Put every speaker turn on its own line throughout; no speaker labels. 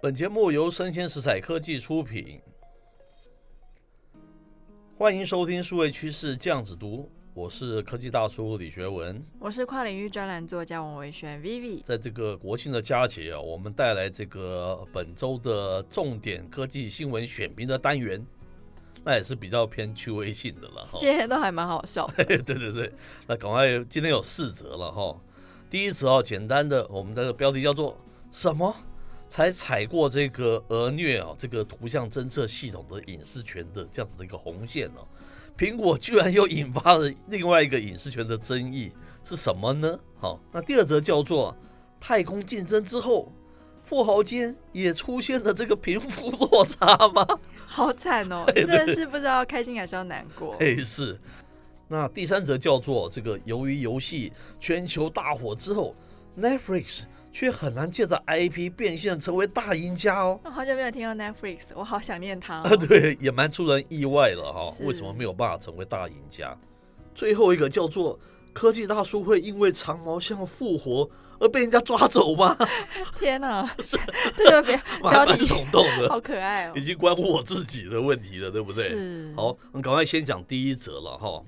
本节目由生鲜食材科技出品，欢迎收听数位趋势酱子读，我是科技大叔李学文。
我是跨领域专栏作家王维轩 Vivi。
在这个国庆的佳节啊，我们带来这个本周的重点科技新闻选评的单元，那也是比较偏趣味性的了哈。
今天都还蛮好笑的，
对 对对，那赶快，今天有四则了哈。第一则啊，简单的，我们的标题叫做“什么才踩过这个俄虐啊这个图像侦测系统的隐私权的这样子的一个红线哦、苹果居然又引发了另外一个隐私权的争议，是什么呢？好，那第二则叫做“太空竞争之后”。富豪间也出现了这个贫富落差吗？
好惨 哦，真的是不知道开心还是要难过。
嘿，哎是。那第三则叫做这个，由于游戏全球大火之后，Netflix 却很难借着 IP 变现成为大赢家哦。
我好久没有听到 Netflix，我好想念他、
啊，
哦。
对，也蛮出人意外了哈、
是
为什么没有办法成为大赢家？最后一个叫做科技大叔会因为长毛象复活而被人家抓走 吗？
天哪、 这个别
蛮
标
蛮
题
耸动的，
好可爱哦
已，经关乎我自己的问题了，对不对？
是。
好，我们赶快先讲第一则了哈。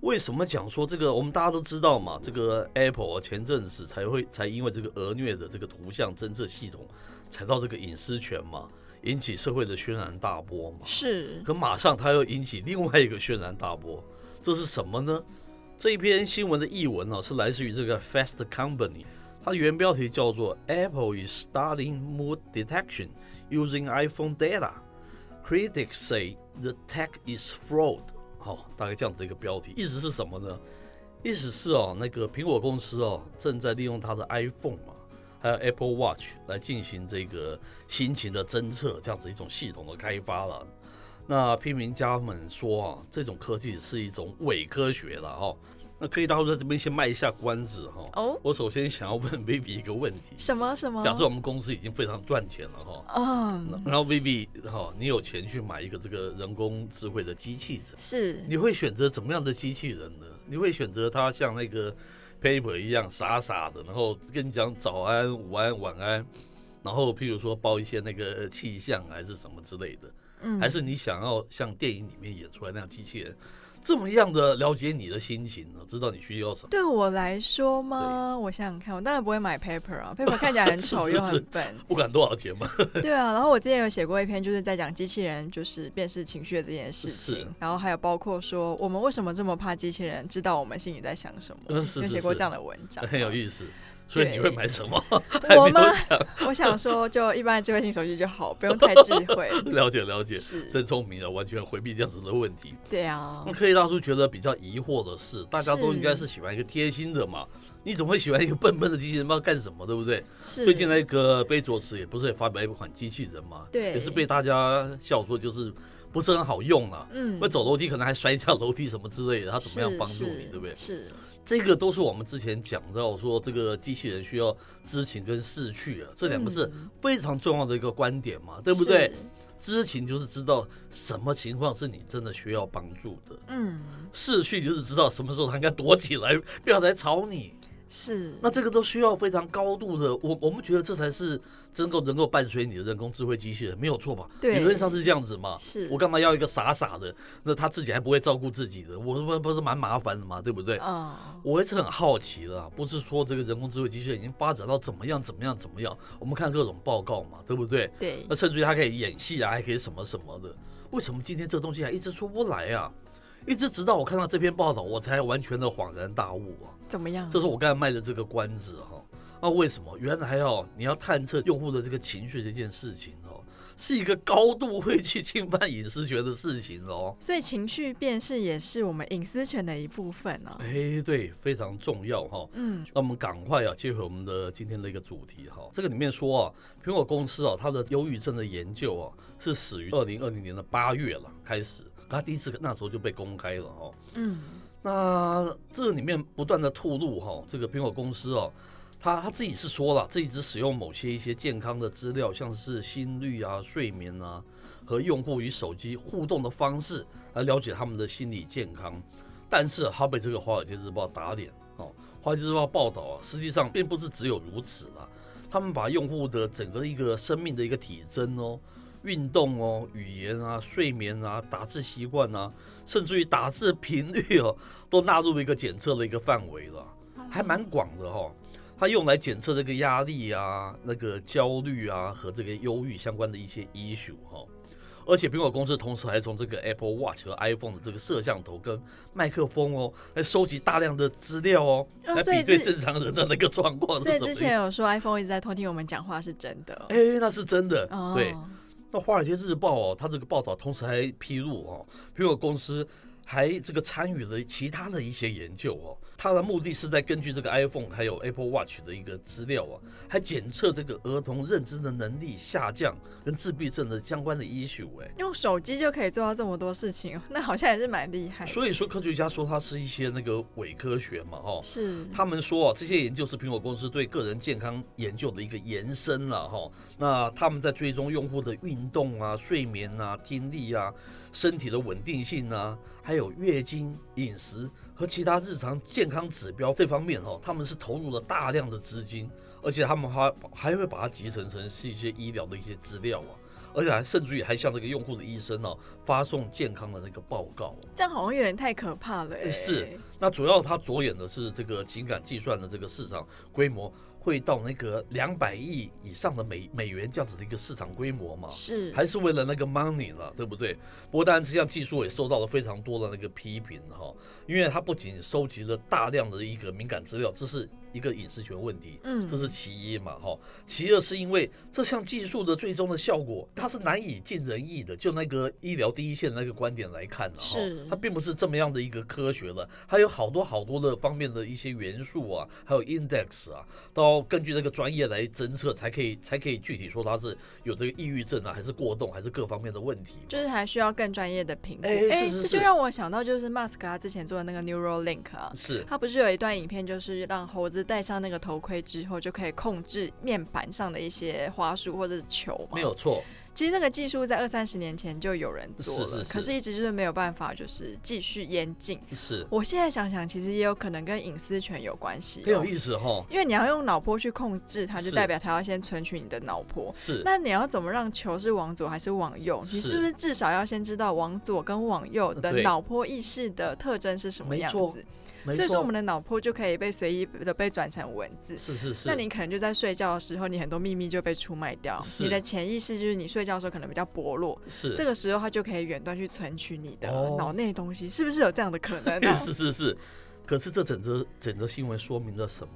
为什么讲说这个？我们大家都知道嘛，这个 Apple 啊前阵子才会才因为这个俄虐的这个图像侦测系统踩到这个隐私权嘛，引起社会的轩然大波嘛。
是
可马上它又引起另外一个轩然大波，这是什么呢？这一篇新闻的译文呢、是来自于这个 Fast Company，它的原标题叫做 Apple is starting mood detection using iPhone data。Critics say the tech is fraud。好、大概这样子的一个标题，意思是什么呢？意思是哦，那个苹果公司哦，正在利用它的 iPhone 嘛，还有 Apple Watch 来进行这个心情的侦测，这样子一种系统的开发了。那批评家们说啊，这种科技是一种伪科学了哈、哦。那科技大叔在这边先卖一下关子哈、哦。
哦，
我首先想要问 Vivi 一个问题：
什么什么？
假设我们公司已经非常赚钱了哈、哦
嗯，
然后 Vivi 哈、你有钱去买一个这个人工智慧的机器人，
是
你会选择怎么样的机器人呢？你会选择它像那个 paper 一样傻傻的，然后跟你讲早安、午安、晚安，然后譬如说报一些那个气象还是什么之类的，
嗯
还是你想要像电影里面演出来那样机器人这么样的了解你的心情呢？知道你需要什么？
对我来说吗？我想想看，我当然不会买 paper 啊，paper 看起来很 丑
是是
又
是
很笨。
不管多少钱 嘛，
对啊，然后我之前有写过一篇，就是在讲机器人就是辨识情绪的这件事
是
情，然后还有包括说我们为什么这么怕机器人知道我们心里在想什么，
嗯是
有
是
写过
是
这样的文章。
很有意思。所以你会买什么？
我
还没有
吗？我想说，就一般的智慧型手机就好，不用太智 慧。
了解了解，
是，
真聪明啊，完全回避这样子的问题。
对啊
那，科技大叔觉得比较疑惑的是，大家都
是
应该是喜欢一个贴心的嘛，你怎么会喜欢一个笨笨的机器人？不知道干什么，对不对？
是
最近那个贝佐斯也不是也发表一款机器人嘛，
对
也是被大家笑说就是不是很好用啊。
嗯
会，走楼梯可能还摔下楼梯什么之类的，他怎么样
是
帮助你，
是
对不对？
是，
这个都是我们之前讲到说，这个机器人需要知情跟识趣啊，这两个是
嗯
非常重要的一个观点嘛，对不对
是？？
知情就是知道什么情况是你真的需要帮助的，
嗯，
逝去就是知道什么时候他应该躲起来，不要来吵你。
是。
那这个都需要非常高度的，我我们觉得这才是能够能够伴随你的人工智慧机器人，没有错吧？
对
理论上是这样子嘛。
是
我干嘛要一个傻傻的？那他自己还不会照顾自己的，我不不是蛮麻烦的嘛，对不对？
哦，
我一直很好奇了，不是说这个人工智慧机器人已经发展到怎么样怎么样怎么样？我们看各种报告嘛，对不对？
对
那，甚至于它可以演戏啊，还可以什么什么的。为什么今天这个东西还一直出不来啊？一直直到我看到这篇报道，我才完全的恍然大悟啊！
怎么样？
这是我刚才卖的这个关子哈、那为什么？原来哦，你要探测用户的这个情绪这件事情哦，是一个高度会去侵犯隐私权的事情哦。
所以情绪辨识也是我们隐私权的一部分呢、
哎，对，非常重要哈、
嗯，
那我们赶快啊，接回我们的今天的一个主题哈。这个里面说啊，苹果公司啊，它的忧郁症的研究啊，是始于二零二零年的八月了开始，它第一次那时候就被公开了哈。
嗯，
那这里面不断的透露哈、这个苹果公司哦、它它自己是说了，自己只使用某些一些健康的资料，像是心率啊、睡眠啊和用户与手机互动的方式来了解他们的心理健康。但是它被这啊个《华尔街日报》打脸哦，《华尔街日报》报道啊，实际上并不是只有如此啦。他们把用户的整个一个生命的一个体征哦、运动哦、语言啊、睡眠啊、打字习惯啊，甚至于打字频率哦，都纳入一个检测的一个范围了，
嗯
还蛮广的哈、哦。它用来检测这个压力啊、那个焦虑啊和这个忧郁相关的一些 issue 哈、哦。而且苹果公司同时还从这个 Apple Watch 和 iPhone 的这个摄像头跟麦克风哦，来收集大量的资料哦，
哦
来
所以
比对
是
正常人的那个状况是
所以
怎么
之
样。
前有说 iPhone 一直在偷听我们讲话是真的。
哎、那是真的。
哦，
对，那《华尔街日报》哦，它这个报道同时还披露哦，苹果公司还这个参与了其他的一些研究哦，它的目的是在根据这个 iPhone 还有 Apple Watch 的一个资料啊，还检测这个儿童认知的能力下降跟自闭症的相关的 issue 哎。
用手机就可以做到这么多事情，哦 那好像也是蛮厉害的。
所以说，科学家说它是一些那个伪科学嘛，哦，
是，
他们说啊，这些研究是苹果公司对个人健康研究的一个延伸了哈。那他们在追踪用户的运动啊、睡眠啊、听力啊、身体的稳定性啊，还有月经、饮食和其他日常健康指标这方面哦，他们是投入了大量的资金，而且他们还还会把它集成成是一些医疗的一些资料啊。而且还甚至于还向这个用户的医生哦发送健康的那个报告哦、
这样好像有点太可怕了、欸。
呃是，那主要它着眼的是这个情感计算的这个市场规模会到那个两百亿以上的美美元这样子的一个市场规模嘛？
是，
还是为了那个 money 了，对不对？不过当然，这项技术也受到了非常多的那个批评哈、因为它不仅收集了大量的一个敏感资料，这是一个隐私权问题，
嗯
这是其一嘛哈、其二是因为这项技术的最终的效果，它是难以尽人意的。就那个医疗第一线的那个观点来看呢、哈
是
它并不是这么样的一个科学了，它有好多好多的方面的一些元素啊，还有 index 啊，都要根据这个专业来侦测，才可以才可以具体说它是有这个抑郁症啊，还是过动，还是各方面的问题嘛。
就是还需要更专业的评估。
哎是是
这
是
就让我想到就是 Musk 他之前做的那个 Neuralink 啊。
是
他不是有一段影片，就是让猴子戴上那个头盔之后，就可以控制面板上的一些花束或者是球吗？
没有，错，
其实那个技术在二三十年前就有人做了，
是是是
可是一直就是没有办法，就是继续演进。
是
我现在想想，其实也有可能跟隐私权有关系、哦
很有意思哈，
因为你要用脑波去控制它，就是代表它要先存取你的脑波。
是
那你要怎么让球是往左还是往右？你
是
是不是至少要先知道往左跟往右的
对
脑波意识的特征是什么
没
样
错
子？
没
所以说我
错
们，的脑波就可以被随意的被转成文字。
是是是，
那你可能就在睡觉的时候，你很多秘密就被出卖掉。
是
你的潜意识就是你睡觉的时候可能比较薄弱，
是
这个时候它就可以远端去存取你的
哦
脑内东西，是不是有这样的可能啊呢、
是是是，可是这整则整则新闻说明了什么？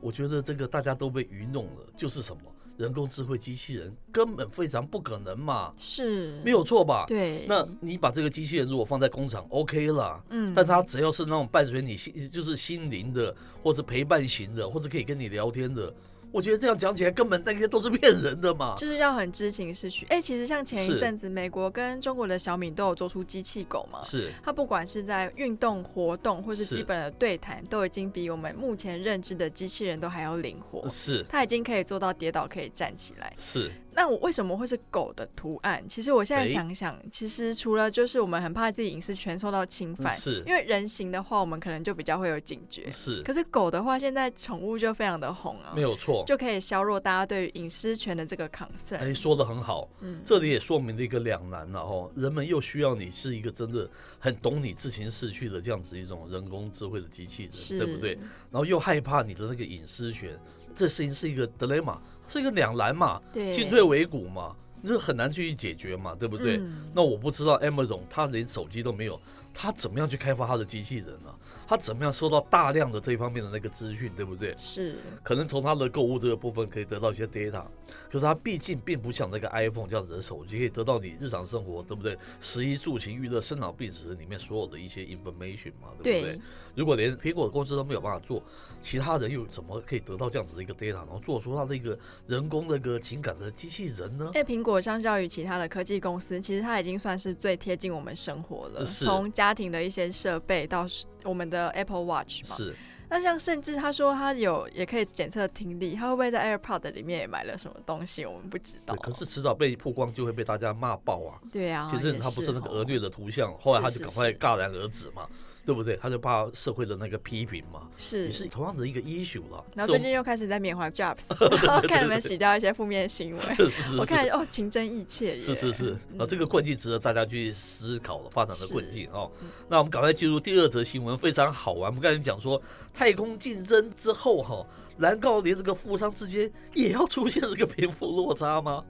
我觉得这个大家都被愚弄了，就是什么人工智慧机器人根本非常不可能嘛，
是，
没有错吧？
对。
那你把这个机器人如果放在工厂，OK 啦。
嗯
但是它只要是那种伴随你心，就是心灵的，或是陪伴型的，或者可以跟你聊天的，我觉得这样讲起来根本那些都是骗人的嘛。
就是要很知情识趣。哎、其实像前一
是
阵子，美国跟中国的小米都有做出机器狗嘛，
是
它不管是在运动活动或是
是
基本的对谈，都已经比我们目前认知的机器人都还要灵活。
是
它已经可以做到跌倒可以站起来。
是，
那我为什么会是狗的图案？其实我现在
诶
想想，其实除了就是我们很怕自己隐私权受到侵犯，
嗯是
因为人形的话，我们可能就比较会有警觉。
是
可是狗的话，现在宠物就非常的红啊
没，有错。
就可以削弱大家对于隐私权的这个 concern。
哎，说的很好，
嗯
这里也说明了一个两难了、哦。人们又需要你是一个真的很懂你自行逝去的这样子一种人工智慧的机器
是
人，对不对？？然后又害怕你的那个隐私权，这事情是一个 dilemma，是一个两难嘛，
对，
进退维谷嘛，这很难去解决嘛，对不对？
嗯
那我不知道 Amazon 它连手机都没有，它怎么样去开发它的机器人呢、它怎么样收到大量的这方面的那个资讯，对不对？
是
可能从他的购物这个部分可以得到一些 data，可是他毕竟并不像那个 iPhone 这样子的手机，可以得到你日常生活，对不对？食衣住行、娱乐、生老病死里面所有的一些 information 嘛，对不对？
对，
如果连苹果公司都没有办法做，其他人又怎么可以得到这样子的一个 data，然后做出他的一个人工那个情感的机器人呢？
因为苹果相较于其他的科技公司，其实它已经算是最贴近我们生活了。
是
从家庭的一些设备到我们的 Apple Watch 嘛，
是
那像甚至他说他有也可以检测听力，他会不会在 AirPod 里面也买了什么东西？我们不知道
对，。可是迟早被曝光就会被大家骂爆啊。
对啊，
前阵子他
也
不是那个
哦
恶。虐的图像，后来他
是
就是赶快
是
戛然而止嘛。对不对？他就怕社会的那个批评嘛，
是
也是同样的一个 issue 了。
然
这
后最
种
近又开始在缅怀 Jobs，然后看你们洗掉一些负面行为。
是是是
我看哦，情真意切耶。嗯
是是是，啊，这个困境值得大家去思考了，发展的困境哦
嗯。
那我们赶快进入第二则新闻，非常好玩。我们刚才讲说，太空竞争之后哈、蓝告连这个富商之间也要出现这个贫富落差吗？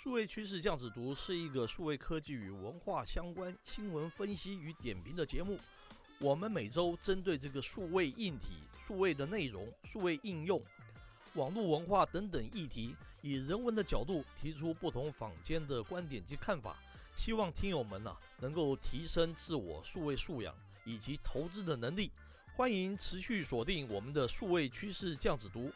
数位趋势这样子读是一个数位科技与文化相关新闻分析与点评的节目。我们每周针对这个数位硬体、数位的内容、数位应用、网络文化等等议题，以人文的角度提出不同坊间的观点及看法，希望听友们呐、能够提升自我数位素养以及投资的能力。欢迎持续锁定我们的数位趋势酱子读。